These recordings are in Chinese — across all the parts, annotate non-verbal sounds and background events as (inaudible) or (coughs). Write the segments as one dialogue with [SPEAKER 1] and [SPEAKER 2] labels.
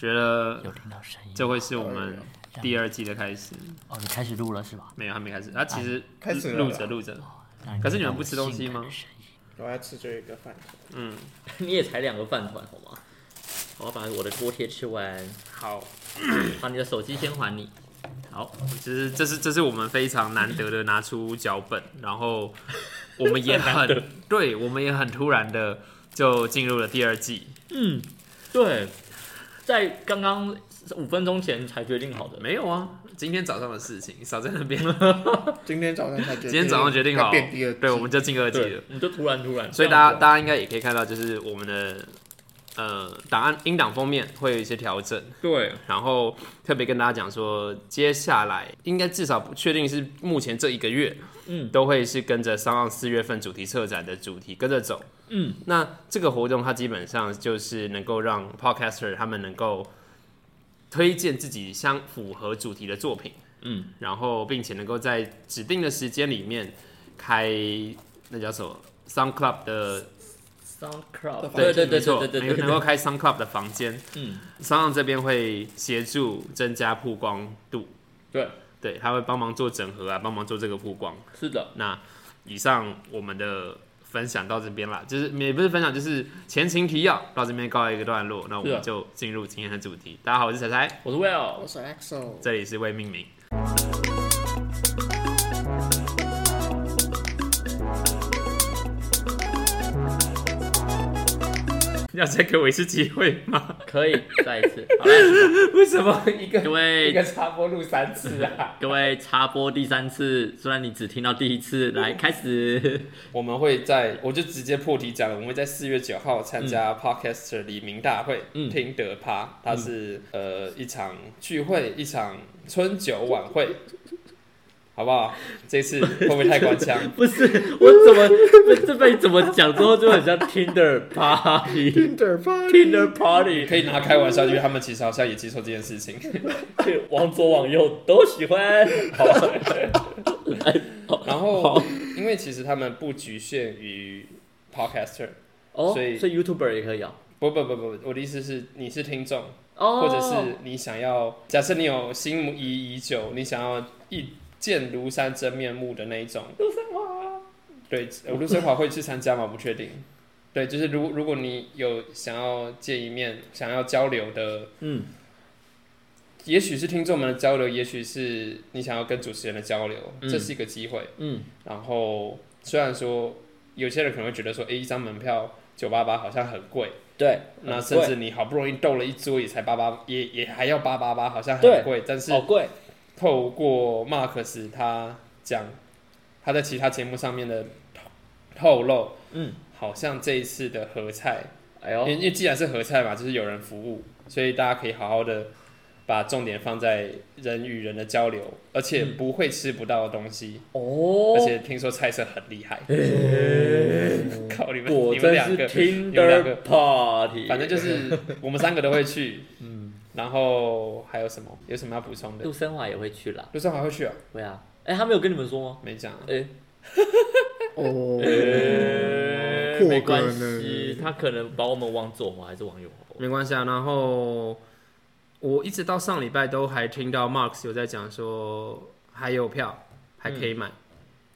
[SPEAKER 1] 觉得
[SPEAKER 2] 有听到声音
[SPEAKER 1] 这会是我们第二季的开始。
[SPEAKER 2] 哦，你开始录了是吧？
[SPEAKER 1] 没有，还没开始。啊，其实
[SPEAKER 3] 开始了
[SPEAKER 1] 录着录着，
[SPEAKER 2] 让听
[SPEAKER 1] 可是你们
[SPEAKER 2] 到
[SPEAKER 1] 不吃东西
[SPEAKER 2] 性感的
[SPEAKER 1] 吗
[SPEAKER 2] 声音
[SPEAKER 3] 我要吃这个饭团。
[SPEAKER 1] 嗯，
[SPEAKER 4] (laughs) 你也才两个饭团好吗？我要把我的锅贴吃完，
[SPEAKER 1] 好，
[SPEAKER 4] 把你的手机先还你。好，
[SPEAKER 1] 其实这是这是我们非常难得的拿出脚本，然后我们也很对，我们也很突然的就进入了第二季。
[SPEAKER 4] 对，嗯在刚刚五分钟前才决定好的。
[SPEAKER 1] 没有啊，今天早上的事情少在那边，
[SPEAKER 3] 今天早上才决定，
[SPEAKER 1] 今天早上决定好，
[SPEAKER 3] 要变第二季
[SPEAKER 1] 对，我们就进二季了
[SPEAKER 4] 对。，我们就突然突然，
[SPEAKER 1] 所以大
[SPEAKER 3] 这样子
[SPEAKER 1] 家
[SPEAKER 3] 啊
[SPEAKER 1] 大家应该也可以看到，就是我们的呃档案音档封面会有一些调整，
[SPEAKER 4] 对
[SPEAKER 1] 然后特别跟大家讲说，接下来应该至少不确定是目前这一个月，
[SPEAKER 4] 嗯，
[SPEAKER 1] 都会是跟着商奥四月份主题策展的主题跟着走，
[SPEAKER 4] 嗯，
[SPEAKER 1] 那这个活动它基本上就是能够让 podcaster 他们能够推荐自己相符合主题的作品，
[SPEAKER 4] 嗯，
[SPEAKER 1] 然后并且能够在指定的时间里面开那叫什么 Sound Club 的
[SPEAKER 4] ，SoundCloud，
[SPEAKER 3] 对
[SPEAKER 4] 对对对
[SPEAKER 1] 没错
[SPEAKER 4] 对对对
[SPEAKER 1] 能
[SPEAKER 4] 对
[SPEAKER 1] 能够
[SPEAKER 4] 对，
[SPEAKER 1] 开 Sun Club 的房间，
[SPEAKER 4] 嗯，
[SPEAKER 1] 商浪这边会协助增加曝光度，
[SPEAKER 4] 对，
[SPEAKER 1] 对，他会帮忙做整合啊，帮忙做这个曝光。
[SPEAKER 4] 是的，
[SPEAKER 1] 那以上我们的分享到这边啦，就是也不是分享，就是前情提要到这边告一个段落，那我
[SPEAKER 4] 是
[SPEAKER 1] 们
[SPEAKER 4] 啊
[SPEAKER 1] 就进入今天的主题。大家好，我是彩彩，
[SPEAKER 4] 我是 Will，
[SPEAKER 3] 我是 EXO，
[SPEAKER 1] 这里是未命名。 (laughs) 要再给我一次机会吗？ (laughs)
[SPEAKER 4] 可以再一次，好了，
[SPEAKER 3] 为什么一个
[SPEAKER 1] (laughs)
[SPEAKER 4] 各位
[SPEAKER 3] 插播录三次啊？
[SPEAKER 4] 各位插播第三次，虽然你只听到第一次，来开 (laughs) 始。
[SPEAKER 1] 我们会在，我就直接破题讲了，我们会在四月九号参加 Podcaster 黎明大会，
[SPEAKER 4] 嗯
[SPEAKER 1] 听得趴，它是、呃一场聚会，一场春酒晚会，
[SPEAKER 4] (laughs)
[SPEAKER 1] 好不好？这次会不会太官腔？
[SPEAKER 4] (laughs) 不是我怎么不是被怎么讲之后就很像 Tinder party。
[SPEAKER 3] Tinder party，
[SPEAKER 4] (laughs) Tinder party
[SPEAKER 1] 可以拿开玩笑，因为他们其实好像也接受这件事
[SPEAKER 4] (laughs)
[SPEAKER 1] 情。
[SPEAKER 4] 往左往右都喜欢。好，
[SPEAKER 1] 然后，因为其实他们不局限于 Podcaster，
[SPEAKER 4] 哦，
[SPEAKER 1] 所以
[SPEAKER 4] 所以 YouTuber 也可以啊。
[SPEAKER 1] 不不不不，我的意思是你是听众，
[SPEAKER 4] 哦，
[SPEAKER 1] 或者是你想要，假设你有心仪已久，你想要一见庐山真面目的那一种。
[SPEAKER 4] 陆生华，
[SPEAKER 1] 对，呃陆生华会去参加吗？不确定。对，就是如如果你有想要见一面、想要交流的，
[SPEAKER 4] 嗯，
[SPEAKER 1] 也许是听众们的交流，也许是你想要跟主持人的交流，这是一个机会。
[SPEAKER 4] 嗯，
[SPEAKER 1] 然后虽然说有些人可能会觉得说，诶，一张门票九八八好像很贵，
[SPEAKER 4] 对，
[SPEAKER 1] 那
[SPEAKER 4] 很
[SPEAKER 1] 甚
[SPEAKER 4] 贵
[SPEAKER 1] 至你好不容易斗了一桌也才八八，也也还要八八八，好像
[SPEAKER 4] 对哦
[SPEAKER 1] 很贵，但是
[SPEAKER 4] 好贵，
[SPEAKER 1] 透过 Marcus 他讲他在其他节目上面的透透露，
[SPEAKER 4] 嗯，
[SPEAKER 1] 好像这一次的合菜，
[SPEAKER 4] 哎
[SPEAKER 1] 因为
[SPEAKER 4] 呦，
[SPEAKER 1] 因为既然是合菜嘛，就是有人服务，所以大家可以好好的把重点放在人与人的交流，而且不会吃不到的东西，
[SPEAKER 4] 嗯哦，哎
[SPEAKER 1] 而且听说菜色很厉害， (laughs) 靠你们
[SPEAKER 4] 果
[SPEAKER 1] 你们
[SPEAKER 4] 真
[SPEAKER 1] 两
[SPEAKER 4] 是
[SPEAKER 1] 个，们两个
[SPEAKER 4] Tinder party，
[SPEAKER 1] 反正就是我们三个都会去，嗯，然后还有什么有什么要补充的
[SPEAKER 4] 陆？生华也会去啦，
[SPEAKER 1] 陆生还会去啊？
[SPEAKER 4] 会啊。哎，他没有跟你们说吗？
[SPEAKER 1] 没讲啊。
[SPEAKER 4] 哎，
[SPEAKER 3] 哦，
[SPEAKER 4] 呃
[SPEAKER 3] 破
[SPEAKER 4] 没
[SPEAKER 3] 格
[SPEAKER 4] 关
[SPEAKER 3] 呢
[SPEAKER 4] 系，他可能把我们往左滑还是往右滑。
[SPEAKER 1] 没关系啊。然后我一直到上礼拜都还听到 Marx 有在讲说还有票，还可以买。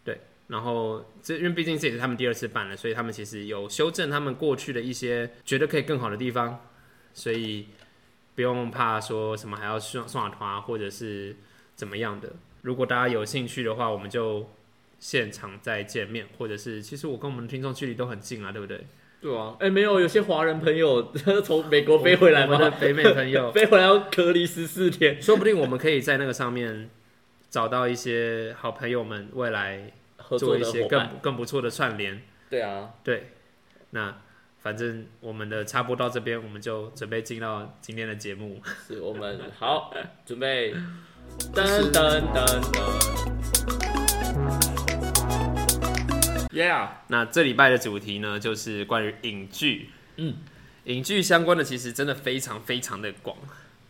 [SPEAKER 1] 对，然后这因为毕竟这也是他们第二次办了，所以他们其实有修正他们过去的一些觉得可以更好的地方，所以不用怕说什么还要送送团啊，或者是怎么样的。如果大家有兴趣的话，我们就。现场再见面，或者是其实我跟我们的听众距离都很近啊，对不对？
[SPEAKER 4] 对啊，哎，没有，有些华人朋友 (laughs) 从美国飞回来
[SPEAKER 1] 我们的
[SPEAKER 4] 吗？
[SPEAKER 1] 北美朋友，
[SPEAKER 4] 飞回来要隔离十四天，
[SPEAKER 1] 说不定我们可以在那个上面找到一些好朋友们，未来
[SPEAKER 4] 合
[SPEAKER 1] 做
[SPEAKER 4] 作
[SPEAKER 1] 一
[SPEAKER 4] 的
[SPEAKER 1] 些
[SPEAKER 4] 伙
[SPEAKER 1] 更
[SPEAKER 4] 伴。
[SPEAKER 1] 更不错的串联。
[SPEAKER 4] 对啊，
[SPEAKER 1] 对，那反正我们的插播到这边，我们就准备进到今天的节目。
[SPEAKER 4] 是我们好准备，噔噔噔噔，Yeah，
[SPEAKER 1] 那这礼拜的主题呢，就是关于影剧。
[SPEAKER 4] 嗯，
[SPEAKER 1] 影剧相关的其实真的非常非常的广，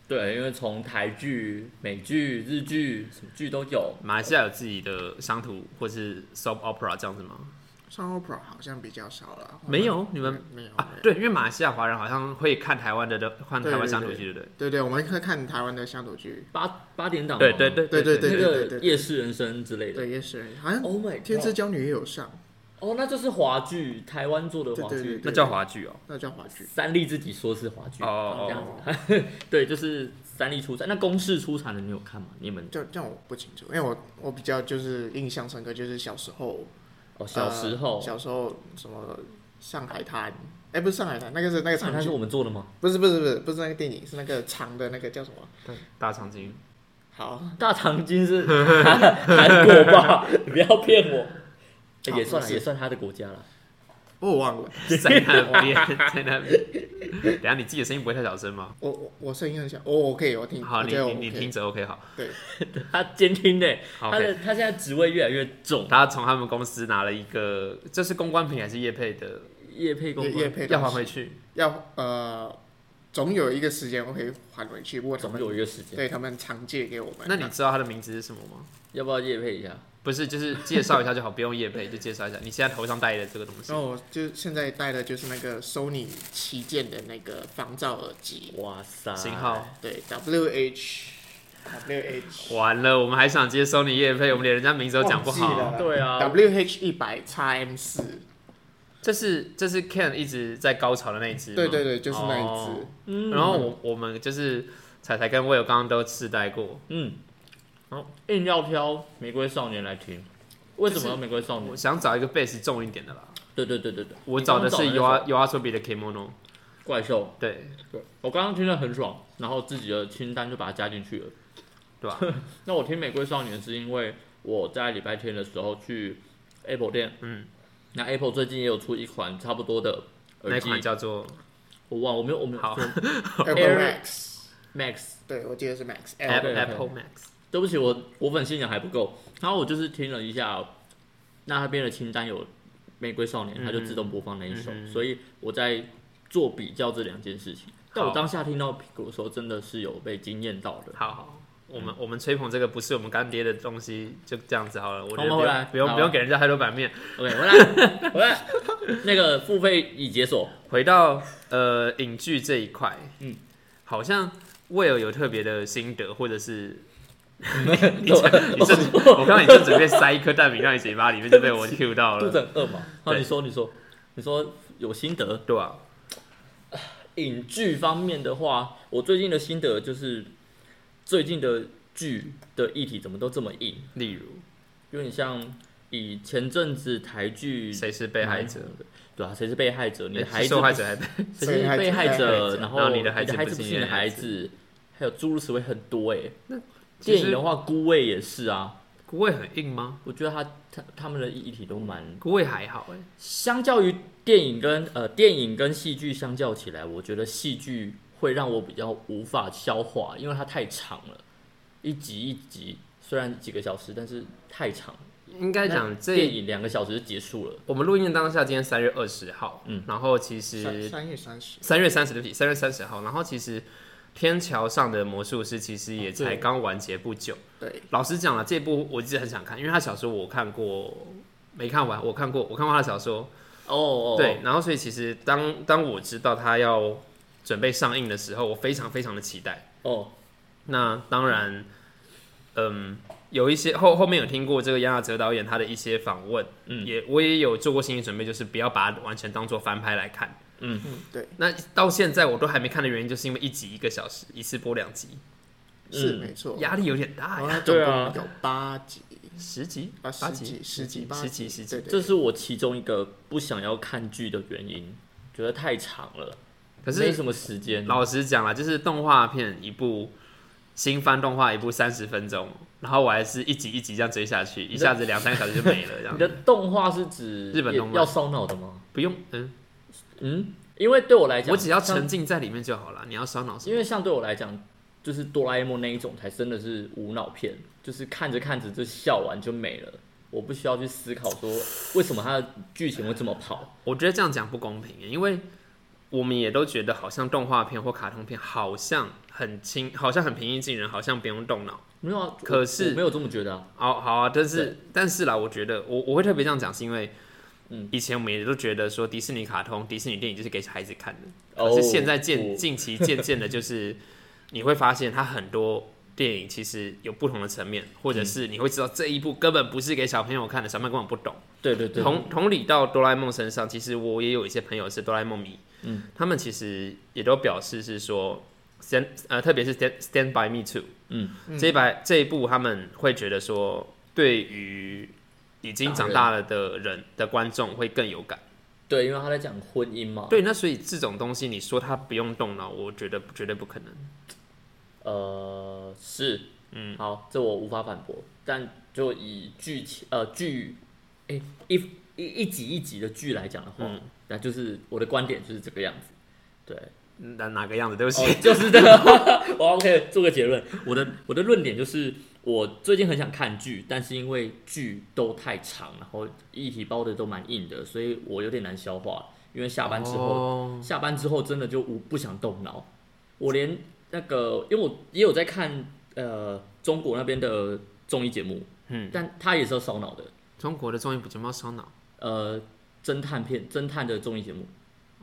[SPEAKER 4] 对，因为从台剧、美剧、日剧什么剧都有，
[SPEAKER 1] 马来西亚有自己的乡土或是 soap opera 这样子吗？
[SPEAKER 2] 上 Opera 好像比较少了，
[SPEAKER 1] 没有你们
[SPEAKER 2] 没有
[SPEAKER 1] 啊
[SPEAKER 2] 没有，
[SPEAKER 1] 对，因为马来西亚华人好像会看台湾的的看台湾乡土剧，对不
[SPEAKER 2] 对对，我们会看台湾的乡土剧，
[SPEAKER 4] 八八点档吗，
[SPEAKER 1] 对？对对对
[SPEAKER 2] 对对
[SPEAKER 4] 那个
[SPEAKER 2] 对
[SPEAKER 4] 夜市人生之类的。
[SPEAKER 2] 对，也是，好像
[SPEAKER 4] Oh my，
[SPEAKER 2] 《天之
[SPEAKER 4] God
[SPEAKER 2] 娇女》也有上，
[SPEAKER 4] 哦，那就是华剧，台湾做的华
[SPEAKER 2] 对对
[SPEAKER 4] 剧
[SPEAKER 2] 对，
[SPEAKER 1] 那叫华剧哦。
[SPEAKER 2] 那叫华剧。
[SPEAKER 4] 三立自己说是华剧，这样
[SPEAKER 1] 哦
[SPEAKER 4] 子。 (laughs) 对，就是三立出产。那公式出产的你有看吗？你们
[SPEAKER 2] 这这样我不清楚，因为我我比较就是印象深刻，就是小时候，
[SPEAKER 4] 哦，小时候
[SPEAKER 2] 呃，小时候什么上海滩，哎，不是上海滩，那个是那个
[SPEAKER 4] 上
[SPEAKER 2] 长
[SPEAKER 4] 海滩是
[SPEAKER 2] 剧，
[SPEAKER 4] 我们做的吗？
[SPEAKER 2] 不是不是不是不是那个电影，是那个长的那个叫什么？
[SPEAKER 1] 哦，大长今，
[SPEAKER 2] 好，
[SPEAKER 4] 大长
[SPEAKER 1] (laughs)
[SPEAKER 4] 今是韩国吧？ (laughs) 你不要骗我。欸
[SPEAKER 2] 好
[SPEAKER 4] 也算
[SPEAKER 2] 不
[SPEAKER 4] 了，
[SPEAKER 2] 是
[SPEAKER 4] 也算他的国家了。
[SPEAKER 2] 我忘了，
[SPEAKER 1] (laughs) 在那边，在那边。等一下你自己的声音不会太小声吗？
[SPEAKER 2] 我我我声音很小，哦，我可以，我听，
[SPEAKER 1] 好，
[SPEAKER 2] 我
[SPEAKER 1] 你
[SPEAKER 2] 觉得我
[SPEAKER 1] 你你
[SPEAKER 2] OK
[SPEAKER 1] 听，着
[SPEAKER 2] (laughs)
[SPEAKER 1] OK 好。
[SPEAKER 4] 他监听的，
[SPEAKER 1] 好
[SPEAKER 4] 他
[SPEAKER 1] ，OK。
[SPEAKER 4] 的他现在职位越来越重，
[SPEAKER 1] 他从他们公司拿了一个，这是公关品还是业配的，
[SPEAKER 4] 叶配公
[SPEAKER 2] 也
[SPEAKER 4] 关
[SPEAKER 2] 也配
[SPEAKER 1] 要
[SPEAKER 2] 东
[SPEAKER 1] 还
[SPEAKER 2] 西
[SPEAKER 1] 回去。
[SPEAKER 2] 要呃，总有一个时间我可以还回去，不过他
[SPEAKER 4] 总
[SPEAKER 2] 们
[SPEAKER 4] 有一个时间，
[SPEAKER 2] 对他们常借给我们，
[SPEAKER 1] 那你知道他的名字是什么吗？
[SPEAKER 4] 要不要叶配一下？
[SPEAKER 1] 不是，就是介绍一下就好，不用业配，就介绍一下。你现在头上戴的这个东西
[SPEAKER 2] 然，后我就现在戴的就是那个 Sony 旗舰的那个防噪耳机，
[SPEAKER 4] 哇塞，
[SPEAKER 1] 型号。
[SPEAKER 2] 对，WH WH
[SPEAKER 1] 完了，我们还想接收你业配，我们连人家 (laughs) 名字都讲不
[SPEAKER 2] 忘记
[SPEAKER 1] 好。
[SPEAKER 2] 了
[SPEAKER 4] 对啊，
[SPEAKER 2] WH 一百 XM 四，
[SPEAKER 1] 这是这是 Ken 一直在高潮的那一只吗，
[SPEAKER 2] 对对对，就是那一
[SPEAKER 1] 哦
[SPEAKER 2] 只。
[SPEAKER 4] 嗯
[SPEAKER 1] 然后我我们就是彩彩跟魏友刚刚都试戴过，
[SPEAKER 4] 嗯，好，硬要挑《玫瑰少年》来听，为什么要《玫瑰少年
[SPEAKER 1] 我》？想找一个 bass 重一点的啦。
[SPEAKER 4] 对对对对对，
[SPEAKER 1] 我找的是
[SPEAKER 4] 你刚
[SPEAKER 1] U
[SPEAKER 4] 刚找
[SPEAKER 1] R
[SPEAKER 4] 的
[SPEAKER 1] U R S B 的 Kimono，
[SPEAKER 4] 那首怪兽，
[SPEAKER 1] 对
[SPEAKER 4] 我刚刚听得很爽，然后自己的清单就把它加进去了，
[SPEAKER 1] 对吧？
[SPEAKER 4] (laughs) 那我听《玫瑰少年》是因为我在礼拜天的时候去 Apple 店，
[SPEAKER 1] 嗯，
[SPEAKER 4] 那 Apple 最近也有出一款差不多的
[SPEAKER 1] 那
[SPEAKER 4] 耳机
[SPEAKER 1] 款，叫做
[SPEAKER 4] 我忘了，我没有，我没有 (laughs)
[SPEAKER 1] 好
[SPEAKER 2] Apple
[SPEAKER 4] Air-
[SPEAKER 2] Max，
[SPEAKER 4] Max
[SPEAKER 2] 对我记得是 Max L
[SPEAKER 1] Apple
[SPEAKER 4] OK，OK
[SPEAKER 1] Apple Max。
[SPEAKER 4] 对不起，我我粉信仰还不够。然后我就是听了一下，那他边的清单有《玫瑰少年》，
[SPEAKER 1] 嗯
[SPEAKER 4] 它就自动播放那一首，
[SPEAKER 1] 嗯嗯
[SPEAKER 4] 所以我在做比较这两件事情。但我
[SPEAKER 1] 好
[SPEAKER 4] 当下听到苹果的时候，真的是有被惊艳到的。
[SPEAKER 1] 好好，我
[SPEAKER 4] 嗯
[SPEAKER 1] 们我们吹捧这个不是我们干爹的东西，就这样子好了。我觉
[SPEAKER 4] 我
[SPEAKER 1] 得
[SPEAKER 4] 们
[SPEAKER 1] 不
[SPEAKER 4] 回来
[SPEAKER 1] 用不用
[SPEAKER 4] 好
[SPEAKER 1] 不用给人家太多版面。
[SPEAKER 4] OK，
[SPEAKER 1] (laughs)
[SPEAKER 4] 回来回来，那个付费已解锁，
[SPEAKER 1] 回到呃影剧这一块，
[SPEAKER 4] 嗯，
[SPEAKER 1] 好像威尔有特别的心得，或者
[SPEAKER 4] (laughs)
[SPEAKER 1] 是 (laughs) 你
[SPEAKER 4] 我
[SPEAKER 1] 正你正我刚刚你正准备塞一颗蛋饼让你嘴巴里面，就被我 Q 到
[SPEAKER 4] 肚 (laughs)
[SPEAKER 1] 了，
[SPEAKER 4] 子很饿嘛？好，
[SPEAKER 1] 对
[SPEAKER 4] 你说你说你说有心得，
[SPEAKER 1] 对啊吧？
[SPEAKER 4] 影剧方面的话，我最近的心得就是最近的剧的议题怎么都这么硬。
[SPEAKER 1] 例如
[SPEAKER 4] 有点像以前阵子台剧
[SPEAKER 1] 谁是被害者，
[SPEAKER 4] 对啊，谁是被害者？嗯你的
[SPEAKER 1] 诶
[SPEAKER 4] 孩子
[SPEAKER 1] 受害者，还被
[SPEAKER 4] 谁是被害
[SPEAKER 2] 被害
[SPEAKER 4] 者？
[SPEAKER 2] 者
[SPEAKER 4] 然
[SPEAKER 1] 然
[SPEAKER 4] 后
[SPEAKER 1] 后你的孩子
[SPEAKER 4] 孩
[SPEAKER 1] 不是
[SPEAKER 4] 子是你的
[SPEAKER 1] 你的孩
[SPEAKER 4] 孩
[SPEAKER 1] 子
[SPEAKER 4] 子，还有诸如此类很多哎。
[SPEAKER 1] 其
[SPEAKER 4] 电影
[SPEAKER 1] 实
[SPEAKER 4] 的话，孤味也是啊，
[SPEAKER 1] 不会很硬吗？
[SPEAKER 4] 我觉得他他他们的议题都蛮，
[SPEAKER 1] 不会还好哎、
[SPEAKER 4] 相较于电影跟呃电影跟戏剧相较起来，我觉得戏剧会让我比较无法消化，因为它太长了，一集一集虽然几个小时，但是太长了。
[SPEAKER 1] 应该讲
[SPEAKER 4] 那电
[SPEAKER 1] 这
[SPEAKER 4] 影两个小时就结束了，
[SPEAKER 1] 我们录音的当下，今天三月二十号，嗯
[SPEAKER 4] 嗯，
[SPEAKER 1] 然后其实
[SPEAKER 2] 三三月三十，
[SPEAKER 1] 三月三十，对不起，三月三十号。然后其实《天桥上的魔术师》其实也才
[SPEAKER 4] 哦对
[SPEAKER 1] 刚完结不久。
[SPEAKER 2] 对，
[SPEAKER 1] 老实讲了，这部我一直很想看，因为他小说我看过，没看完，我看过，我看过他的小说。
[SPEAKER 4] 哦哦，
[SPEAKER 1] 对，，然后所以其实当当我知道他要准备上映的时候，我非常非常的期待。
[SPEAKER 4] 哦，
[SPEAKER 1] 那当然，嗯，有一些后后面有听过这个杨雅哲导演他的一些访问，
[SPEAKER 4] 嗯
[SPEAKER 1] 也我也有做过心理准备，就是不要把它完全当做翻拍来看。
[SPEAKER 2] 嗯，对，
[SPEAKER 1] 那到现在我都还没看的原因，就是因为一集一个小时，一次播两集，
[SPEAKER 2] 是
[SPEAKER 4] 嗯
[SPEAKER 2] 没错。
[SPEAKER 1] 压力有点
[SPEAKER 2] 然
[SPEAKER 1] 大
[SPEAKER 2] 后
[SPEAKER 1] 呀。
[SPEAKER 2] 它总
[SPEAKER 4] 对啊
[SPEAKER 2] 共有八集，
[SPEAKER 1] 十集
[SPEAKER 2] 哦啊，
[SPEAKER 1] 八
[SPEAKER 2] 十
[SPEAKER 1] 集
[SPEAKER 2] 集，，十集，八
[SPEAKER 1] 十集，十
[SPEAKER 2] 集，
[SPEAKER 1] 集。
[SPEAKER 2] 对
[SPEAKER 4] 这
[SPEAKER 2] 对，
[SPEAKER 4] 是我其中一个不想要看剧的原因，觉得太长了，
[SPEAKER 1] 可
[SPEAKER 4] 没
[SPEAKER 1] 是
[SPEAKER 4] 什么时间。
[SPEAKER 1] 老实讲啦，就是动画片一部新番动画一部三十分钟，然后我还是一集一集这样追下去，一下子两三个小时就没了，这样
[SPEAKER 4] 你的动画是指
[SPEAKER 1] 日本动漫
[SPEAKER 4] 要烧脑的吗？
[SPEAKER 1] 不用嗯，
[SPEAKER 4] 嗯，因为对我来讲，
[SPEAKER 1] 我只要
[SPEAKER 4] 像
[SPEAKER 1] 沉，浸在里面就好了。你要烧脑什
[SPEAKER 4] 因
[SPEAKER 1] 么？
[SPEAKER 4] 为像对我来讲，就是哆啦 A 梦那一种才真的是无脑片，就是看着看着就笑完就没了，我不需要去思考说为什么它的剧情会这么跑。
[SPEAKER 1] 我觉得这样讲不公平，欸因为我们也都觉得好像动画片或卡通片好像很轻，好像很平易近人，好像不用动脑。
[SPEAKER 4] 没有啊，
[SPEAKER 1] 可
[SPEAKER 4] 我
[SPEAKER 1] 是
[SPEAKER 4] 我没有这么觉得啊。
[SPEAKER 1] 好好啊，但是但是啦，我觉得我我会特别这样讲，是因为
[SPEAKER 4] 嗯
[SPEAKER 1] 以前我们也都觉得说迪士尼卡通、迪士尼电影就是给孩子看的，
[SPEAKER 4] 哦
[SPEAKER 1] 可是现在渐、
[SPEAKER 4] 不
[SPEAKER 1] 近期渐渐的，就是 (laughs) 你会发现它很多电影其实有不同的层面，或者
[SPEAKER 4] 嗯
[SPEAKER 1] 是你会知道这一部根本不是给小朋友看的，小朋友根本不懂。
[SPEAKER 4] 对对对，
[SPEAKER 1] 同同理到哆啦 A 梦身上，其实我也有一些朋友是哆啦 A 梦迷，
[SPEAKER 4] 嗯，
[SPEAKER 1] 他们其实也都表示是说，stand 呃，特别是 stand stand by me too，
[SPEAKER 4] 嗯，
[SPEAKER 1] 这一百这一部他们会觉得说，对于已经长大了的人的观众会更有感。
[SPEAKER 4] 对，因为他在讲婚姻嘛，
[SPEAKER 1] 对，那所以这种东西你说他不用动脑，我觉得绝对不可能。
[SPEAKER 4] 呃，是，
[SPEAKER 1] 嗯，
[SPEAKER 4] 好，这我无法反驳，但就以剧情呃剧，哎、一一一集一集的剧来讲的话，
[SPEAKER 1] 嗯
[SPEAKER 4] 那就是我的观点就是这个样子， (laughs) 对，
[SPEAKER 1] 嗯哪哪个样子？对不起，
[SPEAKER 4] 哦，就是这个。我 OK，做个结论。我的我的论点就是，我最近很想看剧，但是因为剧都太长，然后议题包的都蛮硬的，所以我有点难消化。因为下班之后，
[SPEAKER 1] 哦
[SPEAKER 4] 下班之后真的就无不想动脑。我连那个，因为我也有在看呃中国那边的综艺节目，
[SPEAKER 1] 嗯，
[SPEAKER 4] 但他也是要烧脑的。
[SPEAKER 1] 中国的综艺节目要烧脑
[SPEAKER 4] 呃，侦探片、侦探的综艺节目，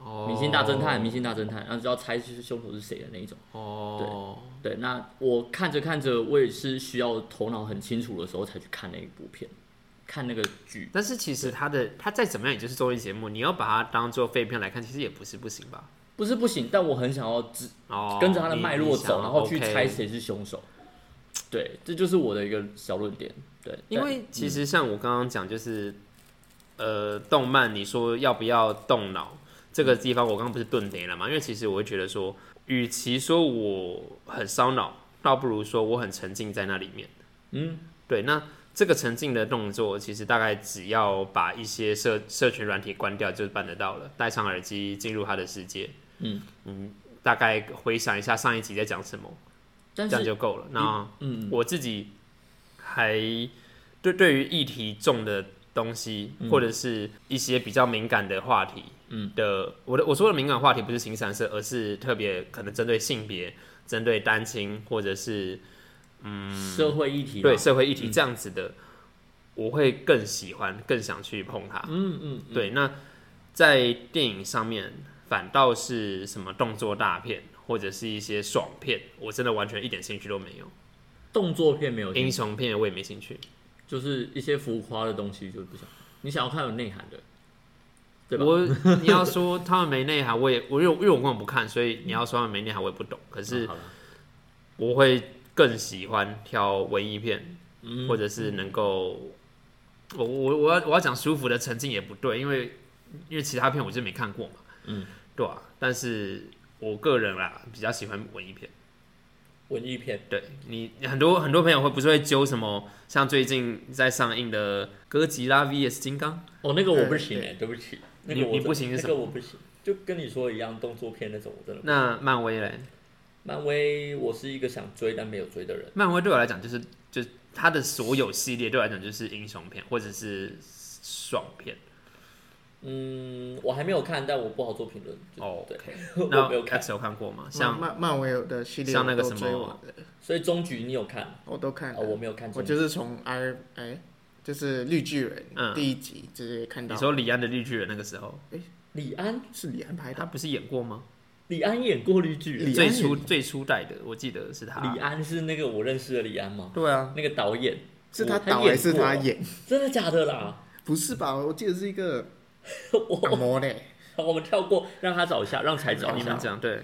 [SPEAKER 1] 哦
[SPEAKER 4] 《明星大侦探》《明星大侦探》，然后就要猜是凶手是谁的那一种。
[SPEAKER 1] 哦，
[SPEAKER 4] 对，那我看着看着，我也是需要头脑很清楚的时候才去看那一部片，看那个剧。
[SPEAKER 1] 但是其实它的它再怎么样也就是综艺节目，你要把它当做废片来看，其实也不是不行吧？
[SPEAKER 4] 不是不行，但我很想要只
[SPEAKER 1] 哦，
[SPEAKER 4] 跟着它的脉络
[SPEAKER 1] 你你想
[SPEAKER 4] 走，然后去
[SPEAKER 1] OK
[SPEAKER 4] 猜谁是凶手。对，这就是我的一个小论点。对，
[SPEAKER 1] 因为其实像我刚刚讲，就是、呃，动漫你说要不要动脑这个地方，我刚刚不是顿点了嘛？因为其实我会觉得说，与其说我很烧脑，倒不如说我很沉浸在那里面。
[SPEAKER 4] 嗯，
[SPEAKER 1] 对，那这个沉浸的动作，其实大概只要把一些社社群软体关掉，就办得到了。戴上耳机，进入他的世界。
[SPEAKER 4] 嗯
[SPEAKER 1] 嗯，大概回想一下上一集在讲什么，
[SPEAKER 4] 但
[SPEAKER 1] 这样
[SPEAKER 4] 是
[SPEAKER 1] 就够了。那、
[SPEAKER 4] 嗯，
[SPEAKER 1] 我自己还对对于议题重的东西，
[SPEAKER 4] 嗯
[SPEAKER 1] 或者是一些比较敏感的话题，
[SPEAKER 4] 嗯
[SPEAKER 1] 的，我的我说的敏感话题不是情感色，而是特别可能针对性别、针对单亲或者是
[SPEAKER 4] 社会议题啦嗯
[SPEAKER 1] 对，社会议题这样子的，我会更喜欢、更想去碰它。
[SPEAKER 4] 嗯嗯，嗯
[SPEAKER 1] 对，那在电影上面反倒是什么动作大片或者是一些爽片，我真的完全一点兴趣都没有。
[SPEAKER 4] 动作片没有兴
[SPEAKER 1] 英
[SPEAKER 4] 趣，
[SPEAKER 1] 雄片我也没兴趣。
[SPEAKER 4] 就是一些浮夸的东西就不想。你想要看有内涵的，对吧？啊
[SPEAKER 1] 我你要说他们没内涵，我也我因为因为我根本不看，所以你要说他们没内涵，我也不懂。可
[SPEAKER 4] 啊
[SPEAKER 1] 是
[SPEAKER 4] 好了
[SPEAKER 1] 我会更喜欢挑文艺片，
[SPEAKER 4] 嗯
[SPEAKER 1] 或者是能够我我我要我要讲舒服的沉浸也不对，因为因为其他片我就没看过嘛，
[SPEAKER 4] 嗯，
[SPEAKER 1] 对啊。但是我个人啦，比较喜欢文艺片。
[SPEAKER 4] 文艺片，
[SPEAKER 1] 对你你很多很多朋友会不是会揪什么，像最近在上映的《哥吉拉 VS 金刚》，
[SPEAKER 4] 哦，那个我不
[SPEAKER 2] 对
[SPEAKER 4] 行哎、
[SPEAKER 2] 对
[SPEAKER 4] 对不起，
[SPEAKER 1] 你
[SPEAKER 4] 那个我
[SPEAKER 1] 你
[SPEAKER 4] 真
[SPEAKER 1] 不行是什
[SPEAKER 4] 那
[SPEAKER 1] 么
[SPEAKER 4] 个我不行，就跟你说一样，动作片那种我真的。
[SPEAKER 1] 那漫威嘞？
[SPEAKER 4] 漫威，我是一个想追但没有追的人。
[SPEAKER 1] 漫威对我来讲就是就是它的所有系列对我来讲就是英雄片或者是爽片。
[SPEAKER 4] 嗯，我还没有看，但我不好做评论。就
[SPEAKER 1] 哦
[SPEAKER 4] 对
[SPEAKER 1] OK
[SPEAKER 4] (laughs) 我
[SPEAKER 1] 那
[SPEAKER 4] 没有看，
[SPEAKER 1] X 有看过吗？
[SPEAKER 2] 漫
[SPEAKER 1] 像
[SPEAKER 2] 漫漫威有的系列
[SPEAKER 1] 像那个
[SPEAKER 2] 我都
[SPEAKER 1] 什
[SPEAKER 2] 追
[SPEAKER 1] 么
[SPEAKER 2] 完了
[SPEAKER 4] 所以终局你有看？
[SPEAKER 2] 我都看了，
[SPEAKER 4] 哦，我没有看终
[SPEAKER 2] 我
[SPEAKER 4] 局。
[SPEAKER 2] 就是从 I 哎，就是绿巨人、
[SPEAKER 1] 嗯
[SPEAKER 2] 第一集直接看到，
[SPEAKER 1] 你说李安的绿巨人那个时候，
[SPEAKER 4] 李安，
[SPEAKER 2] 是李安拍
[SPEAKER 1] 他
[SPEAKER 2] 的，
[SPEAKER 1] 不是演过吗？
[SPEAKER 4] 李哎安演过绿巨人。
[SPEAKER 2] 李
[SPEAKER 1] 最
[SPEAKER 2] 安
[SPEAKER 1] 初最初代的，我记得是他哦
[SPEAKER 4] 李。安是那个我认识的李安吗？
[SPEAKER 2] 对啊，
[SPEAKER 4] 那个导演
[SPEAKER 2] 是他
[SPEAKER 4] 我他
[SPEAKER 2] 导
[SPEAKER 4] 演
[SPEAKER 2] 还是他
[SPEAKER 4] 过
[SPEAKER 2] 演？
[SPEAKER 4] 真的假的啦？ (laughs)
[SPEAKER 2] 不是吧？我记得是一个
[SPEAKER 4] 我
[SPEAKER 2] 恶魔嘞。
[SPEAKER 4] 好我们跳过，让他找一下，让才找一
[SPEAKER 1] 你们
[SPEAKER 4] 下。
[SPEAKER 1] 讲对，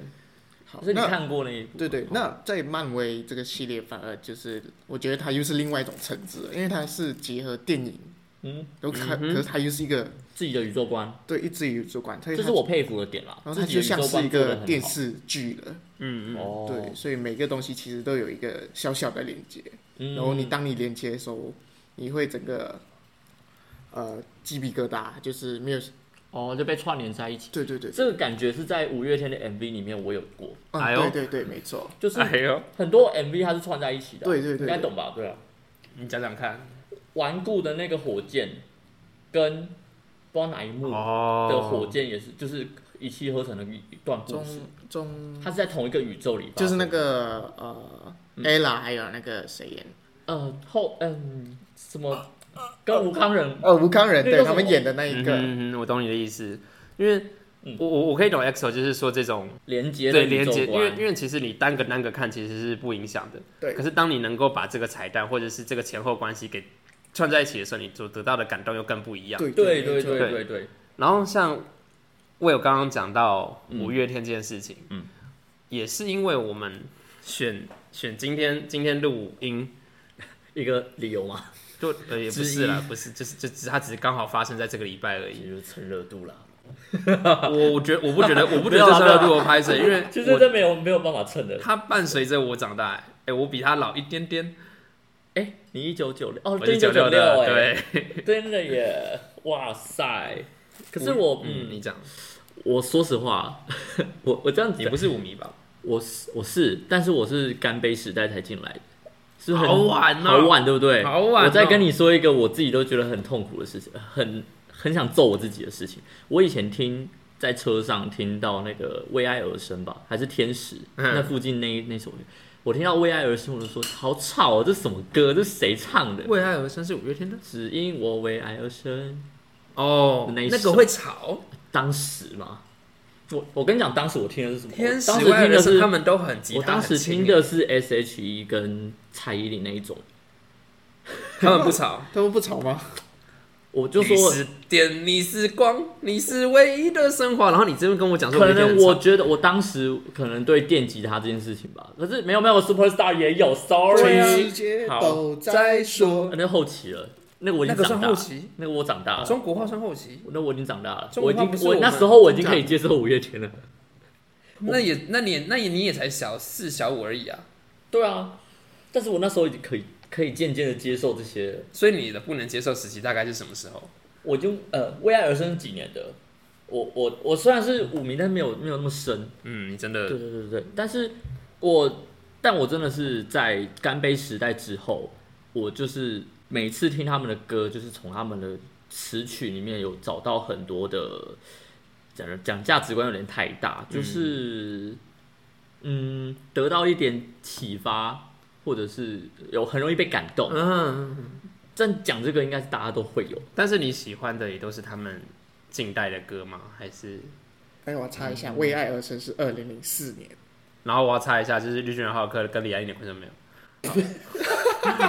[SPEAKER 2] 好，
[SPEAKER 4] 所以你
[SPEAKER 2] 那
[SPEAKER 4] 看过那一部？哦
[SPEAKER 2] 对对，那在漫威这个系列，反而就是我觉得它又是另外一种层次了，因为它是结合电影，
[SPEAKER 4] 嗯，
[SPEAKER 2] 都看，
[SPEAKER 1] 嗯哼
[SPEAKER 2] 可是它又是一个
[SPEAKER 4] 自己的宇宙观，
[SPEAKER 2] 对一直宇宙观，所以
[SPEAKER 4] 这
[SPEAKER 2] 它
[SPEAKER 4] 是我佩服的点啦。
[SPEAKER 2] 然后
[SPEAKER 4] 自
[SPEAKER 2] 它
[SPEAKER 4] 己
[SPEAKER 2] 就
[SPEAKER 4] 的宇
[SPEAKER 2] 像
[SPEAKER 4] 宙
[SPEAKER 2] 是
[SPEAKER 4] 观
[SPEAKER 2] 一
[SPEAKER 4] 做得
[SPEAKER 2] 个
[SPEAKER 4] 很
[SPEAKER 2] 电
[SPEAKER 4] 好。
[SPEAKER 2] 视剧了，
[SPEAKER 1] 嗯嗯，
[SPEAKER 4] 哦，
[SPEAKER 2] 对，所以每个东西其实都有一个小小的连接，
[SPEAKER 4] 嗯
[SPEAKER 2] 然后你当你连接的时候，你会整个呃鸡皮疙瘩，就是没有
[SPEAKER 4] 哦就被串联在一起。
[SPEAKER 2] 对对对，
[SPEAKER 4] 这个感觉是在五月天的 MV 里面我有过，
[SPEAKER 2] 嗯
[SPEAKER 1] 哎呦
[SPEAKER 2] 对对对，没错，
[SPEAKER 4] 就是
[SPEAKER 1] 哎呦，
[SPEAKER 4] 很多 MV 它是串在一起的啊，
[SPEAKER 2] 对对对
[SPEAKER 4] 应该懂吧？对啊，
[SPEAKER 1] 你讲讲看。
[SPEAKER 4] 顽固的那个火箭跟不知道哪一幕的火
[SPEAKER 1] 哦，
[SPEAKER 4] 箭也是，就是一气呵成的一段故
[SPEAKER 2] 中
[SPEAKER 4] 事，
[SPEAKER 2] 中
[SPEAKER 4] 哦它是在嗯同一个宇宙里发生的，
[SPEAKER 2] 就是那个呃 ella 还有那个谁演
[SPEAKER 4] 呃后嗯什么跟吴康仁
[SPEAKER 2] 呃，吴康仁
[SPEAKER 4] 那个什
[SPEAKER 2] 对他
[SPEAKER 4] 么
[SPEAKER 2] 们演的那一个，
[SPEAKER 1] 嗯哼，我懂你的意思，因为
[SPEAKER 4] 嗯
[SPEAKER 1] 我我我可以懂 EXO，就是说这种
[SPEAKER 4] 连接
[SPEAKER 1] 对
[SPEAKER 4] 的宇
[SPEAKER 1] 连
[SPEAKER 4] 宙
[SPEAKER 1] 接，因为
[SPEAKER 4] 观
[SPEAKER 1] 因为其实你单个单个看其实是不影响的，
[SPEAKER 2] 对
[SPEAKER 1] 可是当你能够把这个彩蛋或者是这个前后关系给串在一起的时候，你所得到的感动又更不一样。
[SPEAKER 2] 对
[SPEAKER 4] 对
[SPEAKER 2] 对
[SPEAKER 4] 对
[SPEAKER 2] 对，
[SPEAKER 4] 对
[SPEAKER 1] 对
[SPEAKER 4] 对对，
[SPEAKER 1] 然后像我有刚刚讲到
[SPEAKER 4] 嗯
[SPEAKER 1] 五月天这件事情，
[SPEAKER 4] 嗯，
[SPEAKER 1] 也是因为我们选选今天今天录音，
[SPEAKER 4] 一个理由嘛，
[SPEAKER 1] 就呃也不
[SPEAKER 4] 之
[SPEAKER 1] 是
[SPEAKER 4] 一
[SPEAKER 1] 啦，不是，就是就只它只是刚好发生在这个礼拜而
[SPEAKER 4] 也 (laughs)
[SPEAKER 1] 已。
[SPEAKER 4] 就是蹭热度啦。
[SPEAKER 1] 我我觉得我不觉得我不觉
[SPEAKER 4] 没有
[SPEAKER 1] 得这
[SPEAKER 4] 啦
[SPEAKER 1] 算要录拍摄，因为
[SPEAKER 4] 其实
[SPEAKER 1] 我
[SPEAKER 4] 这没有没有办法蹭的。
[SPEAKER 1] 它伴随着我长大、欸，哎、我比他老一点点，
[SPEAKER 4] 哎，你一九九六哦，
[SPEAKER 1] 我
[SPEAKER 4] 对
[SPEAKER 1] 是
[SPEAKER 4] 一
[SPEAKER 1] 九六
[SPEAKER 4] 九
[SPEAKER 1] 的，
[SPEAKER 4] 哎，
[SPEAKER 1] 对。 (laughs)
[SPEAKER 4] 真的耶，哇塞！可是我，
[SPEAKER 1] 嗯，
[SPEAKER 4] 嗯，
[SPEAKER 1] 你讲，
[SPEAKER 4] 我说实话， (laughs) 我我这样子
[SPEAKER 1] 你不是舞迷吧？
[SPEAKER 4] 我是我是，但是我是干杯时代才进来的，是很
[SPEAKER 1] 好晚哦
[SPEAKER 4] 好晚，对不对？
[SPEAKER 1] 好晚哦
[SPEAKER 4] 我再跟你说一个我自己都觉得很痛苦的事情，很很想揍我自己的事情。我以前听在车上听到那个为爱而生吧，还是天使、
[SPEAKER 1] 嗯
[SPEAKER 4] 那附近那那首歌，我听到为爱而生，我就说好吵哦，这什么歌？这谁唱的？
[SPEAKER 1] 为爱而生是五月天的
[SPEAKER 4] 只因我为爱而生。
[SPEAKER 1] 哦
[SPEAKER 4] 那一
[SPEAKER 1] 那
[SPEAKER 4] 首
[SPEAKER 1] 个会吵。
[SPEAKER 4] 当时嘛，我我跟你讲，当时我听的是什么？
[SPEAKER 1] 天使
[SPEAKER 4] 我当时
[SPEAKER 1] 为爱
[SPEAKER 4] 听
[SPEAKER 1] 而
[SPEAKER 4] 的
[SPEAKER 1] 生
[SPEAKER 4] 是
[SPEAKER 1] 他们都很吉
[SPEAKER 4] 我
[SPEAKER 1] 他
[SPEAKER 4] 当
[SPEAKER 1] 很
[SPEAKER 4] 时
[SPEAKER 1] 轻
[SPEAKER 4] 听
[SPEAKER 1] 耶，
[SPEAKER 4] 的是 S.H.E 跟蔡依林那一种，
[SPEAKER 1] (laughs) 他们不吵。
[SPEAKER 2] 他们不吵吗？
[SPEAKER 4] 我就
[SPEAKER 1] 你
[SPEAKER 4] 说，
[SPEAKER 1] 是电，你是光，你是唯一的升华。然后你这边跟我讲说，
[SPEAKER 4] 可能我
[SPEAKER 1] 我
[SPEAKER 4] 觉得我当时可能对电吉他这件事情吧，可是没有没有，Superstar 也有，Sorry，
[SPEAKER 1] 全
[SPEAKER 2] 世界
[SPEAKER 1] 好
[SPEAKER 2] 都在啊说
[SPEAKER 4] 啊，那后期了，那个我已
[SPEAKER 1] 那
[SPEAKER 4] 经
[SPEAKER 1] 个算
[SPEAKER 4] 长大
[SPEAKER 1] 后
[SPEAKER 4] 了，
[SPEAKER 1] 期，
[SPEAKER 4] 那个我长大了，
[SPEAKER 1] 啊中国话算后期，
[SPEAKER 4] 那我已经长大了，
[SPEAKER 1] 中国
[SPEAKER 4] 我已
[SPEAKER 1] 话不
[SPEAKER 4] 经
[SPEAKER 1] 是
[SPEAKER 4] 我
[SPEAKER 1] 我
[SPEAKER 4] 那
[SPEAKER 1] 们
[SPEAKER 4] 时候我已经
[SPEAKER 2] 真
[SPEAKER 4] 可
[SPEAKER 2] 的
[SPEAKER 4] 以接受五月天
[SPEAKER 1] (laughs)
[SPEAKER 4] 了，嗯
[SPEAKER 1] 那也那你也那也你也才小四小五而已啊，
[SPEAKER 4] 对啊，但是我那时候已经可以可以渐渐的接受这些了，
[SPEAKER 1] 所以你的不能接受时期大概是什么时候？
[SPEAKER 4] 我就呃为爱而生几年的，我我我虽然是五迷，但是没有没有那么深，
[SPEAKER 1] 嗯，你真的
[SPEAKER 4] 对对对对，但是我但我真的是在干杯时代之后，我就是每次听他们的歌，就是从他们的词曲里面有找到很多的讲讲价值观有点太大，
[SPEAKER 1] 嗯
[SPEAKER 4] 就是嗯得到一点启发，或者是有很容易被感动。
[SPEAKER 1] 嗯，
[SPEAKER 4] 但讲这个应该是大家都会
[SPEAKER 1] (laughs)
[SPEAKER 4] 有，
[SPEAKER 1] 但是你喜欢的也都是他们近代的歌吗？还是？
[SPEAKER 2] 哎，我查一下，《为爱而生》是二零零四年，
[SPEAKER 1] 然后我要插一下，就是绿巨人浩克跟李安一点关系
[SPEAKER 4] (laughs)
[SPEAKER 1] 都没有。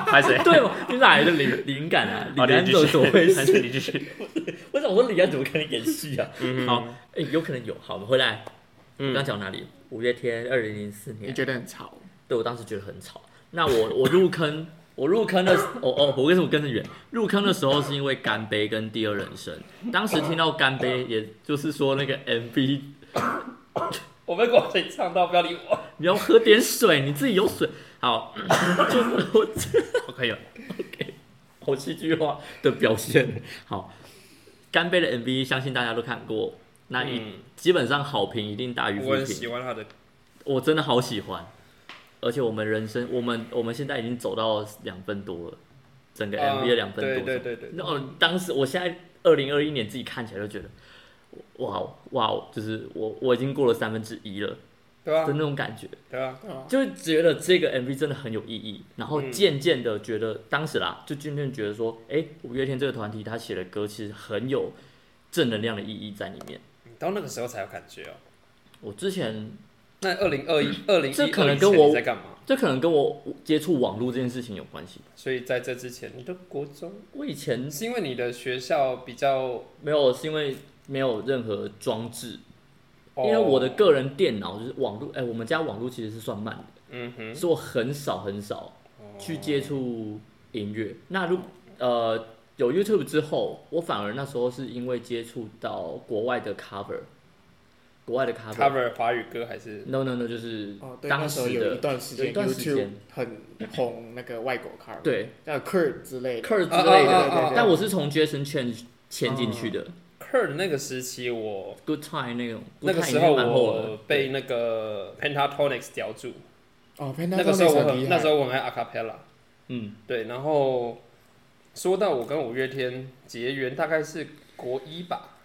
[SPEAKER 1] 还谁？
[SPEAKER 4] 对嘛？你哪来的灵灵感啊？
[SPEAKER 1] 哦
[SPEAKER 4] 李安怎么怎么回
[SPEAKER 1] 还
[SPEAKER 4] 事？
[SPEAKER 1] 是李巨人？
[SPEAKER 4] (laughs) 我想说李安怎么可能演戏啊？
[SPEAKER 1] 嗯
[SPEAKER 4] 好，哎、有可能有。好，我们回来，
[SPEAKER 1] 嗯
[SPEAKER 4] (laughs) 我刚讲哪里？五月天，二零零四
[SPEAKER 2] 你
[SPEAKER 4] 年。
[SPEAKER 2] 觉得很吵？
[SPEAKER 4] 对我当时觉得很吵。那我我入坑， (laughs) 我入坑的，哦哦，我为什么跟着远？入坑的时候是因为《干杯》跟《第二人生》，当时听到《干杯》，也就是说那个 MV，
[SPEAKER 1] (laughs) 我被广水唱到，不要理我。
[SPEAKER 4] 你要喝点水，你自己有水。
[SPEAKER 1] (laughs)
[SPEAKER 4] 好，就是我
[SPEAKER 1] 我可以了。
[SPEAKER 4] 好戏剧化的表现。好，干杯的 MV 相信大家都看过，那一、
[SPEAKER 1] 嗯
[SPEAKER 4] 基本上好评一定大于负
[SPEAKER 1] 我很
[SPEAKER 4] 评
[SPEAKER 1] 喜。欢他的，
[SPEAKER 4] 我真的好喜欢，而且我们人生，我们我们现在已经走到两分多了，整个
[SPEAKER 1] 啊
[SPEAKER 4] MV 的两分多、
[SPEAKER 1] 对对对对
[SPEAKER 4] 那我当时，我现在二零二一年自己看起来就觉得，哇哇，就是我我已经过了三分之一了
[SPEAKER 1] 对吧
[SPEAKER 4] 的？那种感觉，
[SPEAKER 1] 对啊吧？
[SPEAKER 2] 对吧？
[SPEAKER 4] 就觉得这个 MV 真的很有意义。然后
[SPEAKER 1] 嗯
[SPEAKER 4] 渐渐的觉得，当时啦，就渐渐觉得说，哎、五月天这个团体他写的歌其实很有正能量的意义在里面。
[SPEAKER 1] 你到那个时候才有感觉哦。
[SPEAKER 4] 我之前
[SPEAKER 1] 那二零二一、二零
[SPEAKER 4] 嗯这可能跟我
[SPEAKER 1] 在干嘛？
[SPEAKER 4] 这可能跟我接触网络这件事情有关系吧。
[SPEAKER 1] 所以在这之前，你的国中
[SPEAKER 4] 我以前
[SPEAKER 1] 是因为你的学校比较，
[SPEAKER 4] 没有，是因为没有任何装置，
[SPEAKER 1] 哦
[SPEAKER 4] 因为我的个人电脑就是网络，哎、我们家网络其实是算慢的，
[SPEAKER 1] 嗯哼，
[SPEAKER 4] 所以我很少很少去接触音
[SPEAKER 1] 哦
[SPEAKER 4] 乐。那如呃有 YouTube 之后，我反而那时候是因为接触到国外的 cover，国外的 cover。
[SPEAKER 1] cover 华语歌还是
[SPEAKER 4] No no no，就是
[SPEAKER 2] 哦，对，那
[SPEAKER 4] 当
[SPEAKER 2] 时候
[SPEAKER 4] 时
[SPEAKER 2] 有一
[SPEAKER 4] 的
[SPEAKER 2] 段时
[SPEAKER 4] 有一
[SPEAKER 2] 间
[SPEAKER 4] 段时
[SPEAKER 2] YouTube
[SPEAKER 4] 间
[SPEAKER 2] 很红那个外国 car，，
[SPEAKER 4] 对
[SPEAKER 2] 像 Kurt 之类的
[SPEAKER 4] Cur 之
[SPEAKER 1] 啊
[SPEAKER 4] 类
[SPEAKER 1] 啊啊啊哦
[SPEAKER 4] 的
[SPEAKER 1] 啊，
[SPEAKER 4] 但我是从 Jason Chen 签进去的
[SPEAKER 1] Kern 那个时期我
[SPEAKER 4] ，Good Time 那种，
[SPEAKER 1] 那个
[SPEAKER 4] Good Time
[SPEAKER 1] 时候
[SPEAKER 4] 已经蛮厚了
[SPEAKER 1] 我被那个 Pentatonix 叼住，
[SPEAKER 2] 哦，那
[SPEAKER 1] 那个时候我
[SPEAKER 2] 很
[SPEAKER 1] 很
[SPEAKER 2] 厉害
[SPEAKER 1] 那时候我很爱 a cappella，
[SPEAKER 4] 嗯
[SPEAKER 1] 对，然后说到我跟五月天结缘，大概是国一吧，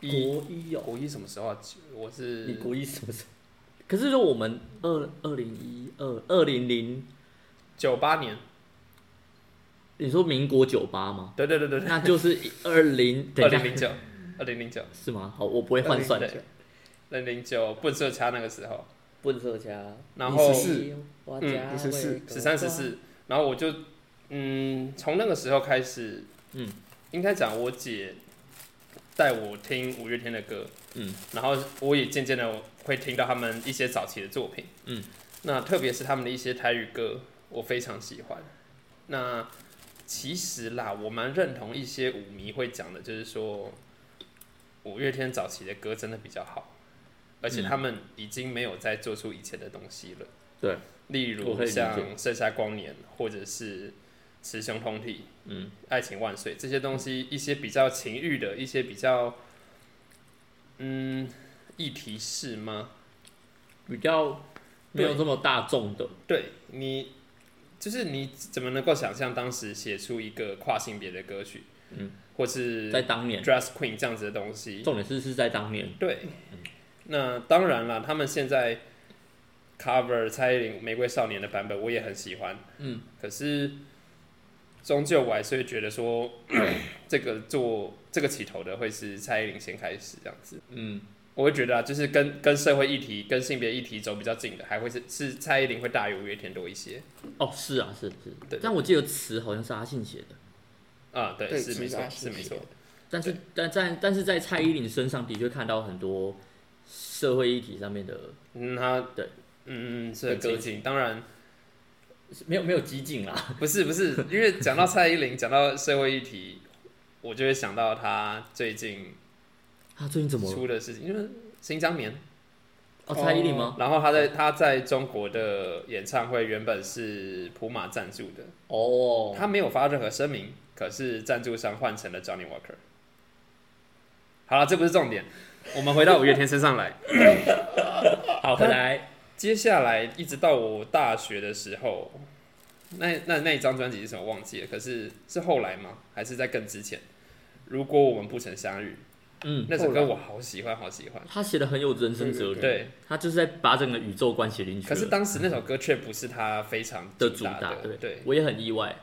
[SPEAKER 4] 国
[SPEAKER 1] 一
[SPEAKER 4] 一哦。
[SPEAKER 1] 国一什么时候、啊？我是
[SPEAKER 4] 你国一什么时候？可是说我们二二零一二二零零
[SPEAKER 1] 九八年，
[SPEAKER 4] 你说民国九八吗？
[SPEAKER 1] 对对对对对，
[SPEAKER 4] 那就是二零，
[SPEAKER 1] (laughs)
[SPEAKER 4] 等
[SPEAKER 1] 二
[SPEAKER 4] 一下
[SPEAKER 1] 零零九，二零零九，
[SPEAKER 4] 是吗？好，我不会换算
[SPEAKER 1] 对，二零零九笨色差那个时候，
[SPEAKER 4] 笨色家，
[SPEAKER 1] 然后
[SPEAKER 2] 你是14
[SPEAKER 4] 我
[SPEAKER 1] 嗯
[SPEAKER 4] 家
[SPEAKER 2] 你14
[SPEAKER 4] 为
[SPEAKER 1] 十三十四，然后我就嗯，从那个时候开始，
[SPEAKER 4] 嗯，
[SPEAKER 1] 应该讲我姐带我听五月天的歌，
[SPEAKER 4] 嗯，
[SPEAKER 1] 然后我也渐渐的会听到他们一些早期的作品，
[SPEAKER 4] 嗯，
[SPEAKER 1] 那特别是他们的一些台语歌，我非常喜欢。那其实啦，我蛮认同一些舞迷会讲的，就是说五月天早期的歌真的比较好，而且
[SPEAKER 4] 嗯
[SPEAKER 1] 他们已经没有再做出以前的东西了。
[SPEAKER 4] 对，
[SPEAKER 1] 例
[SPEAKER 4] 我
[SPEAKER 1] 如
[SPEAKER 4] 可以理解
[SPEAKER 1] 像《盛夏光年》或者是《雌雄同体》。
[SPEAKER 4] 嗯，
[SPEAKER 1] 爱情万岁这些东西，一些比较情欲的，一些比较嗯议题式吗？
[SPEAKER 4] 比较没有这么大众的，
[SPEAKER 1] 对你，就是你怎么能够想象当时写出一个跨性别的歌曲，
[SPEAKER 4] 嗯，
[SPEAKER 1] 或是
[SPEAKER 4] 在当年，
[SPEAKER 1] dress queen 这样子的东西？
[SPEAKER 4] 重点是是在当年，
[SPEAKER 1] 对，那当然啦，他们现在 cover 蔡依林《玫瑰少年》的版本，我也很喜欢，
[SPEAKER 4] 嗯，
[SPEAKER 1] 可是终究我还是会觉得说，这个做这个起头的会是蔡依林先开始这样子。
[SPEAKER 4] 嗯，
[SPEAKER 1] 我会觉得啊，就是跟跟社会议题、跟性别议题走比较近的，还会是是蔡依林会大于五月天多一些
[SPEAKER 4] 哦，是啊，是是
[SPEAKER 1] 对，
[SPEAKER 4] 但我记得词好像是阿信写的，
[SPEAKER 1] 啊。对，
[SPEAKER 2] 对
[SPEAKER 1] 是没
[SPEAKER 2] 其实
[SPEAKER 1] 错，
[SPEAKER 2] 还
[SPEAKER 1] 是
[SPEAKER 2] 是
[SPEAKER 1] 没错
[SPEAKER 2] 写。
[SPEAKER 4] 但是但但但是在蔡依林身上的确看到很多社会议题上面的，
[SPEAKER 1] 嗯，他
[SPEAKER 4] 对，
[SPEAKER 1] 嗯嗯，是
[SPEAKER 4] 很
[SPEAKER 1] 很歌
[SPEAKER 4] 接
[SPEAKER 1] 进。当然
[SPEAKER 4] 没有没有激进啦，
[SPEAKER 1] 不是不是，因为讲到蔡依林，讲到社会议题，我就会想到她最近
[SPEAKER 4] 他啊最近怎么了？
[SPEAKER 1] 出的事情，因为新疆棉。
[SPEAKER 4] 哦，蔡依林吗？
[SPEAKER 1] 然后他在他在中国的演唱会原本是普马赞助的，
[SPEAKER 4] 哦，
[SPEAKER 1] 他没有发任何声明，可是赞助商换成了 Johnny Walker。好了，这不是重点，我们回到五月天身上来。
[SPEAKER 4] 好，回来，
[SPEAKER 1] 接下来一直到我大学的时候，那那那一张专辑是什么忘记了？可是是后来吗？还是在更之前？如果我们不曾相遇，
[SPEAKER 4] 嗯，
[SPEAKER 1] 那首歌我好喜欢，好喜欢。
[SPEAKER 4] 他写的很有人生哲理，
[SPEAKER 1] 对，
[SPEAKER 4] 他就是在把整个宇宙观写进去了。
[SPEAKER 1] 可是当时那首歌却不是他非常
[SPEAKER 4] 的主
[SPEAKER 1] 主打
[SPEAKER 4] 打，
[SPEAKER 1] 的，对，
[SPEAKER 4] 我也很意外，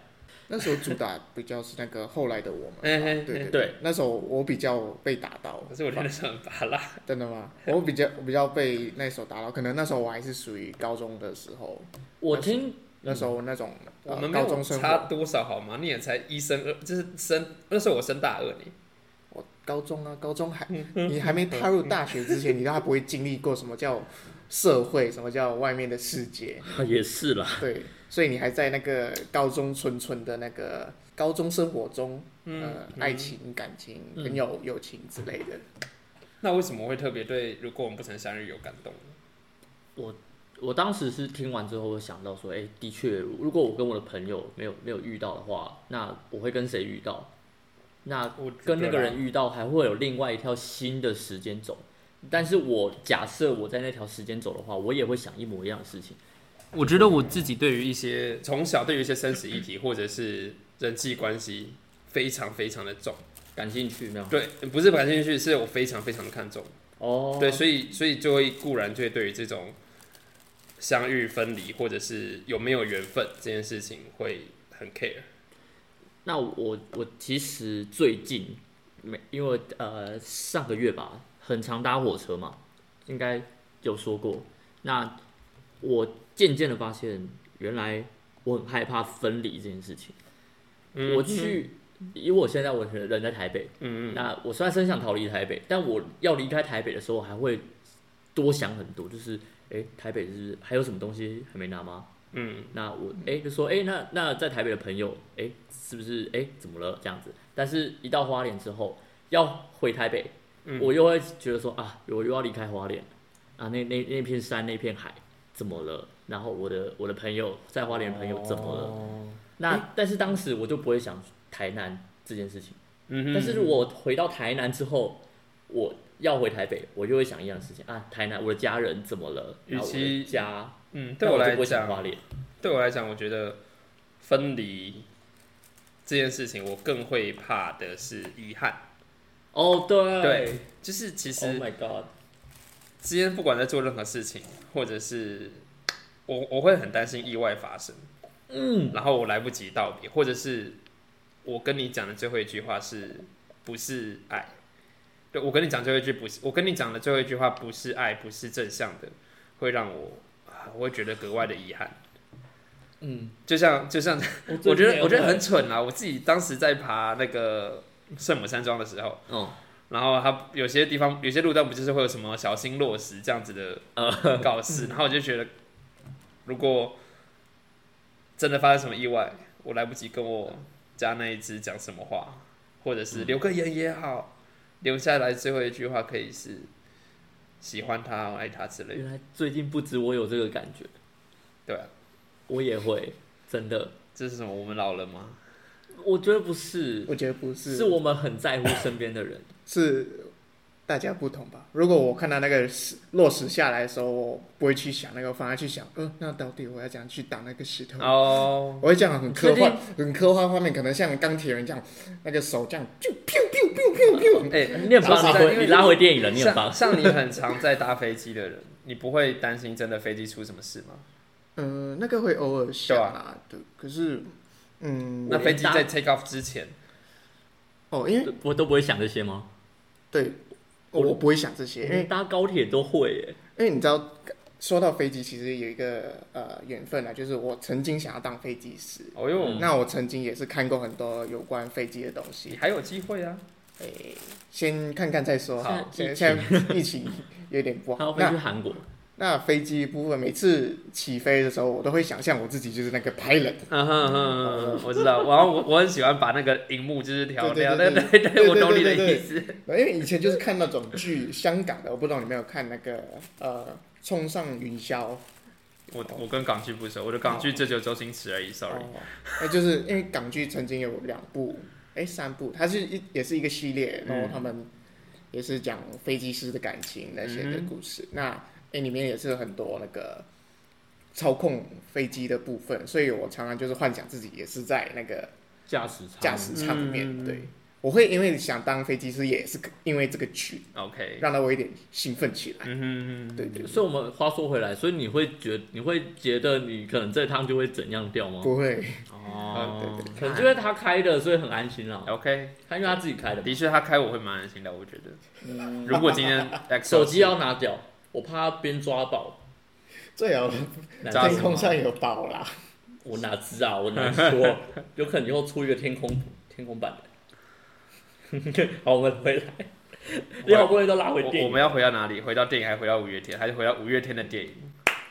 [SPEAKER 2] 那时候主打比较是那个后来的我们吧，
[SPEAKER 4] 嗯
[SPEAKER 1] 嘿嘿嘿
[SPEAKER 2] 对对
[SPEAKER 4] 对，
[SPEAKER 2] 那时候我比较被打到，
[SPEAKER 1] 可是我真的是很拔辣。
[SPEAKER 2] 真的吗？我比较我比较被那首打到，可能那时候我还是属于高中的时候，
[SPEAKER 4] 我听
[SPEAKER 2] 那时候那种、
[SPEAKER 1] 我
[SPEAKER 2] 呃
[SPEAKER 1] 们没
[SPEAKER 2] 高
[SPEAKER 1] 有
[SPEAKER 2] 中生
[SPEAKER 1] 差
[SPEAKER 2] 活，
[SPEAKER 1] 多少好吗？你也才一升二，就是升那时候我升大二呢。
[SPEAKER 2] 我高中啊，高中还
[SPEAKER 1] 嗯
[SPEAKER 2] 你还没踏入大学之前，你都还不会经历过什么叫社会，什么叫外面的世
[SPEAKER 1] (laughs)
[SPEAKER 2] 界，
[SPEAKER 4] 啊也是
[SPEAKER 1] 啊
[SPEAKER 4] 啦，
[SPEAKER 2] 对，所以你还在那个高中纯纯的那个高中生活中，
[SPEAKER 1] 嗯
[SPEAKER 2] 呃，爱情、感情、
[SPEAKER 4] 嗯
[SPEAKER 2] 朋友、友情之类的。
[SPEAKER 1] 那为什么会特别对《如果我们不曾相遇》有感动？
[SPEAKER 4] 我当时是听完之后我想到说，哎、的确，如果我跟我的朋友没有没有遇到的话，那我会跟谁遇到？那
[SPEAKER 1] 我
[SPEAKER 4] 跟那个人
[SPEAKER 1] 觉
[SPEAKER 4] 遇到，还会有另外一条新的时间走。但是我假设我在那条时间走的话，我也会想一模一样的事情。
[SPEAKER 1] 得啦，我觉得我自己对于一些从小对于一些生死议题或者是人际关系非常非常的重，
[SPEAKER 4] 感兴趣没有？
[SPEAKER 1] 对，不是感兴趣，是我非常非常的看重。
[SPEAKER 4] 哦，
[SPEAKER 1] 对，所以所以就会固然就会对于这种相遇、分离或者是有没有缘分这件事情会很 care。
[SPEAKER 4] 那我我其实最近没，因为呃上个月吧，很常搭火车嘛，应该有说过。那我渐渐的发现，原来我很害怕分离这件事情。
[SPEAKER 1] 嗯
[SPEAKER 4] 我去，因为我现在我人在台北，
[SPEAKER 1] 嗯嗯
[SPEAKER 4] 那我虽然是很想逃离台北，但我要离开台北的时候，我还会多想很多，就是诶，台北是不是还有什么东西还没拿吗？
[SPEAKER 1] 嗯，
[SPEAKER 4] 那我哎、就说哎、那那在台北的朋友哎、是不是哎、怎么了这样子？但是一到花莲之后要回台北，
[SPEAKER 1] 嗯
[SPEAKER 4] 我又会觉得说啊，我又要离开花莲啊，那那那片山那片海怎么了？然后我的我的朋友在花莲的朋
[SPEAKER 1] 哦
[SPEAKER 4] 友怎么了？那、但是当时我就不会想台南这件事情，
[SPEAKER 1] 嗯哼，
[SPEAKER 4] 但是我回到台南之后，我要回台北，我就会想一样的事情啊，台南我的家人怎么了？
[SPEAKER 1] 与
[SPEAKER 4] 然后我
[SPEAKER 1] 其
[SPEAKER 4] 的家，
[SPEAKER 1] 嗯，对
[SPEAKER 4] 但
[SPEAKER 1] 我
[SPEAKER 4] 就
[SPEAKER 1] 来
[SPEAKER 4] 不会
[SPEAKER 1] 讲
[SPEAKER 4] 想，花莲，
[SPEAKER 1] 对我来讲，我觉得分离这件事情，我更会怕的是遗憾。
[SPEAKER 4] 哦，对
[SPEAKER 1] 对，就是其实
[SPEAKER 4] Oh my god！
[SPEAKER 1] 今天不管在做任何事情，或者是我我会很担心意外发生，
[SPEAKER 4] 嗯，
[SPEAKER 1] 然后我来不及道别，或者是我跟你讲的最后一句话是不是爱？对我跟你讲最后一句不是，我跟你讲的最后一句话不是爱，不是正向的，会让我啊我会觉得格外的遗憾。
[SPEAKER 4] 嗯，
[SPEAKER 1] 就像就像
[SPEAKER 4] 我
[SPEAKER 1] 我觉得我觉得很蠢啊！我自己当时在爬那个圣母山庄的时候，
[SPEAKER 4] 哦，
[SPEAKER 1] 然后它有些地方有些路段不就是会有什么小心落石这样子的告示，然后我就觉得，如果真的发生什么意外，我来不及跟我家那一只讲什么话，或者是留个言也好，留下来最后一句话可以是喜欢他、爱他之类的。
[SPEAKER 4] 原来最近不止我有这个感觉，
[SPEAKER 1] 对啊，
[SPEAKER 4] 我也会真的，
[SPEAKER 1] 这是什么？我们老了吗？
[SPEAKER 4] 我觉得不是，
[SPEAKER 2] 我觉得不是，
[SPEAKER 4] 是我们很在乎身边的人。
[SPEAKER 2] 是大家不同吧。如果我看到那个石落实下来的时候，我不会去想那个，反而去想，嗯，那到底我要怎样去打那个石头？
[SPEAKER 1] 哦，
[SPEAKER 2] 我会这样很科
[SPEAKER 4] 确
[SPEAKER 2] 幻，很科幻画面，可能像钢铁人这样，那个手这样，就 biu biu biu biu biu，
[SPEAKER 1] 哎，
[SPEAKER 4] (laughs) 你很棒，
[SPEAKER 1] 说
[SPEAKER 4] 你
[SPEAKER 1] 实在因
[SPEAKER 4] 回
[SPEAKER 1] 为
[SPEAKER 4] 你拉回电影了，你很
[SPEAKER 1] 像
[SPEAKER 4] 棒。
[SPEAKER 1] 像你
[SPEAKER 4] (laughs)
[SPEAKER 1] 很常在搭飞机的人，你不会担心真的飞机出什么事吗？
[SPEAKER 2] 嗯、那个会偶尔想啦，对。可是，嗯，
[SPEAKER 1] 那
[SPEAKER 4] 我
[SPEAKER 1] 飞机
[SPEAKER 4] 搭
[SPEAKER 1] 在 take off 之前，
[SPEAKER 2] 哦，因为
[SPEAKER 4] 我都不会想这些吗？
[SPEAKER 2] 对，我我不会想这些，因为
[SPEAKER 4] 连搭高铁都会耶。
[SPEAKER 2] 因为你知道，说到飞机，其实有一个呃缘分啊，就是我曾经想要当飞机师，
[SPEAKER 1] 哦哟，
[SPEAKER 4] 嗯
[SPEAKER 2] 那我曾经也是看过很多有关飞机的东
[SPEAKER 1] 你
[SPEAKER 2] 西，
[SPEAKER 1] 还有机会啊！
[SPEAKER 2] 诶，先看看再说。
[SPEAKER 1] 好
[SPEAKER 2] 现在现在疫情有点不
[SPEAKER 4] 他
[SPEAKER 1] (laughs)
[SPEAKER 4] 要
[SPEAKER 2] 好，
[SPEAKER 4] 飞去
[SPEAKER 2] 那
[SPEAKER 4] 韩国，
[SPEAKER 2] 那飞机部分，每次起飞的时候，我都会想象我自己就是那个 pilot，
[SPEAKER 1] 嗯哼哼哼，我知道。然后我我很喜欢把那个荧幕就是调亮，
[SPEAKER 2] 对
[SPEAKER 1] 对
[SPEAKER 2] 对
[SPEAKER 1] 对
[SPEAKER 2] 对
[SPEAKER 1] (laughs) 我懂你的
[SPEAKER 2] 对对
[SPEAKER 1] 意思。
[SPEAKER 2] 因为以前就是看那种剧，香港的，我不知道你有没有看那个呃《冲上云霄》
[SPEAKER 1] 我我跟港剧不熟，我的港剧这就周星驰而已，sorry
[SPEAKER 2] 哦。那就是因为港剧曾经有两部，哎、三部，它是一也是一个系列，然后
[SPEAKER 1] 嗯
[SPEAKER 2] 他们也是讲飞机师的感情那些的
[SPEAKER 1] 嗯哼
[SPEAKER 2] 故事。那哎、诶里面也是有很多那个操控飞机的部分，所以我常常就是幻想自己也是在那个
[SPEAKER 4] 驾驶舱
[SPEAKER 2] 驾驶舱里面。
[SPEAKER 1] 嗯
[SPEAKER 2] 对，我会因为想当飞机师，也是因为这个剧，
[SPEAKER 1] OK，
[SPEAKER 2] 哦让到我有点兴奋起来。
[SPEAKER 1] 嗯哼哼，
[SPEAKER 2] 对对，
[SPEAKER 4] 所以我们话说回来，所以你会觉你会觉得你可能这趟就会怎样掉吗？
[SPEAKER 2] 不会，
[SPEAKER 4] 哦，
[SPEAKER 2] 对对
[SPEAKER 4] 可能就是他开的，所以很安心啦。
[SPEAKER 1] OK，
[SPEAKER 4] 他因为他自己开的嘛，
[SPEAKER 1] 的确他开我会蛮安心的，我觉得。
[SPEAKER 2] 嗯，
[SPEAKER 1] 如果今
[SPEAKER 4] (laughs)
[SPEAKER 1] 天
[SPEAKER 4] 手机要拿掉，我怕他边抓宝。
[SPEAKER 2] 最好
[SPEAKER 4] 难
[SPEAKER 1] 抓
[SPEAKER 4] 道
[SPEAKER 1] 什
[SPEAKER 2] 天
[SPEAKER 1] 么
[SPEAKER 2] 空上有宝啦。
[SPEAKER 4] 我哪知啊？我哪说？有可能以后出一个天空天空版的。 (laughs) 好，我们回来，你好不容易都拉回
[SPEAKER 1] 我
[SPEAKER 4] 电
[SPEAKER 1] 我
[SPEAKER 4] 影，
[SPEAKER 1] 们要回到哪里？回到电影，还回到五月天，还是回到五月天的电影？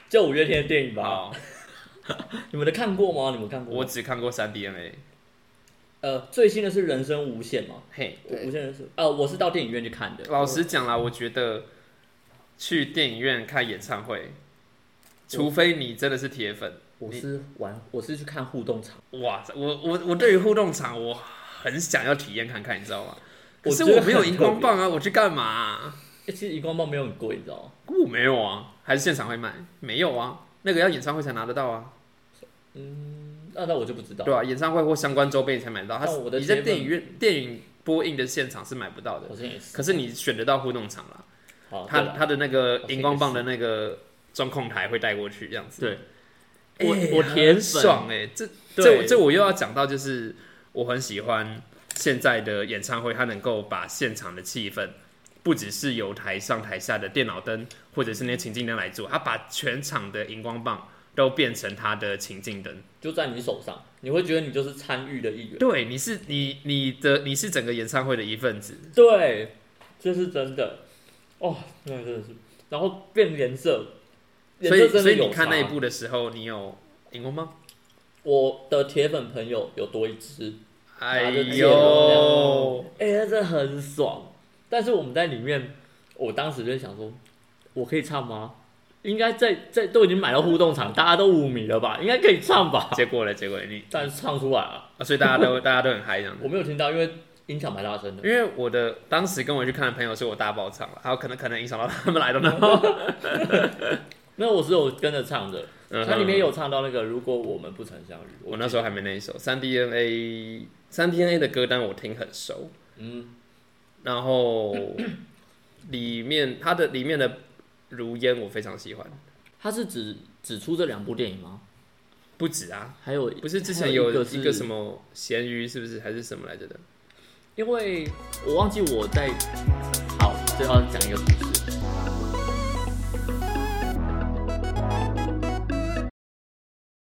[SPEAKER 4] 就五月天的电影吧。
[SPEAKER 1] 好，
[SPEAKER 4] 你们都看过吗？你们看过吗？
[SPEAKER 1] 我只看过三 DMA。
[SPEAKER 4] 呃，最新的是《人生无限》嘛？
[SPEAKER 1] 嘿，
[SPEAKER 2] 对
[SPEAKER 4] 无限人生，呃，我是到电影院去看的。
[SPEAKER 1] 老实讲啦，我觉得去电影院看演唱会，除非你真的是铁粉，
[SPEAKER 4] 我是玩，我是去看互动场。
[SPEAKER 1] 哇！我我我对于互动场我很想要体验看看，你知道吗？可
[SPEAKER 4] 我
[SPEAKER 1] 是
[SPEAKER 4] 觉得
[SPEAKER 1] 我没有
[SPEAKER 4] 很
[SPEAKER 1] 荧
[SPEAKER 4] 特
[SPEAKER 1] 光
[SPEAKER 4] 别
[SPEAKER 1] 棒啊，我去干嘛啊、
[SPEAKER 4] 欸其实荧光棒没有很贵，你知道吗？
[SPEAKER 1] 我没有啊，还是现场会卖？没有啊，那个要演唱会才拿得到啊，
[SPEAKER 4] 那那我就不知道。
[SPEAKER 1] 对啊，演唱会或相关周边你才买得到。它
[SPEAKER 4] 但哦我的
[SPEAKER 1] 你在
[SPEAKER 4] 铁粉
[SPEAKER 1] 电影院电影播映的现场是买不到的
[SPEAKER 4] 好，像也是。
[SPEAKER 1] 可是你选得到互动场啦。
[SPEAKER 4] 好，
[SPEAKER 1] 他
[SPEAKER 4] 对啦
[SPEAKER 1] 他的那个
[SPEAKER 4] 哦
[SPEAKER 1] 荧光棒的那个中控台会带过去，这样子。哎，
[SPEAKER 4] 对我我
[SPEAKER 1] 很
[SPEAKER 4] 铁粉
[SPEAKER 1] 爽哎、这这
[SPEAKER 4] 对
[SPEAKER 1] 这我又要讲到，就是我很喜欢现在的演唱会，它能够把现场的气氛，不只是由台上台下的电脑灯或者是那些情境灯来做，它啊把全场的荧光棒都变成它的情境灯。
[SPEAKER 4] 就在你手上，你会觉得你就是参与的一员。
[SPEAKER 1] 对，你是你你的你是整个演唱会的一份子，
[SPEAKER 4] 对，这是真的。哦，那真的是，然后变颜色，颜
[SPEAKER 1] 所
[SPEAKER 4] 色
[SPEAKER 1] 以所
[SPEAKER 4] 真的
[SPEAKER 1] 以
[SPEAKER 4] 有
[SPEAKER 1] 你看那一
[SPEAKER 4] 差，
[SPEAKER 1] 部的时候，你有荧光棒？
[SPEAKER 4] 我的铁粉朋友有多一只，
[SPEAKER 1] 哎
[SPEAKER 4] 拿着戒指
[SPEAKER 1] 呦！
[SPEAKER 4] 哎、那真的很爽。但是我们在里面，我当时就想说，我可以唱吗？应该在在都已经买到互动场，大家都五米了吧，应该可以唱吧？
[SPEAKER 1] 结果嘞，结果嘞，你
[SPEAKER 4] 但是唱出来啊，
[SPEAKER 1] 啊，所以大家都大家都很嗨这样子。
[SPEAKER 4] 我没有听到，因为音响蛮大声的。
[SPEAKER 1] 因为我的当时跟我去看的朋友说我大爆场了，还有可能可能影响到他们来
[SPEAKER 4] (laughs)
[SPEAKER 1] 的
[SPEAKER 4] 啊
[SPEAKER 1] 呢。
[SPEAKER 4] 那我是有跟着唱的，
[SPEAKER 1] 嗯
[SPEAKER 4] 它里面有唱到那个“如果我们不曾相遇”，
[SPEAKER 1] 我那时候还没那一首三 DNA 三 DNA 的歌单我听很熟，
[SPEAKER 4] 嗯，
[SPEAKER 1] 然后 (coughs) 里面它的里面的如烟我非常喜欢，
[SPEAKER 4] 它是指指出这两部电影吗？
[SPEAKER 1] 不止啊，
[SPEAKER 4] 还有
[SPEAKER 1] 不是之
[SPEAKER 4] 还
[SPEAKER 1] 前
[SPEAKER 4] 有
[SPEAKER 1] 有
[SPEAKER 4] 一个
[SPEAKER 1] 一个
[SPEAKER 4] 是
[SPEAKER 1] 什么咸鱼是不是还是什么来着的？
[SPEAKER 4] 因为我忘记我在，好，最后讲一个故事。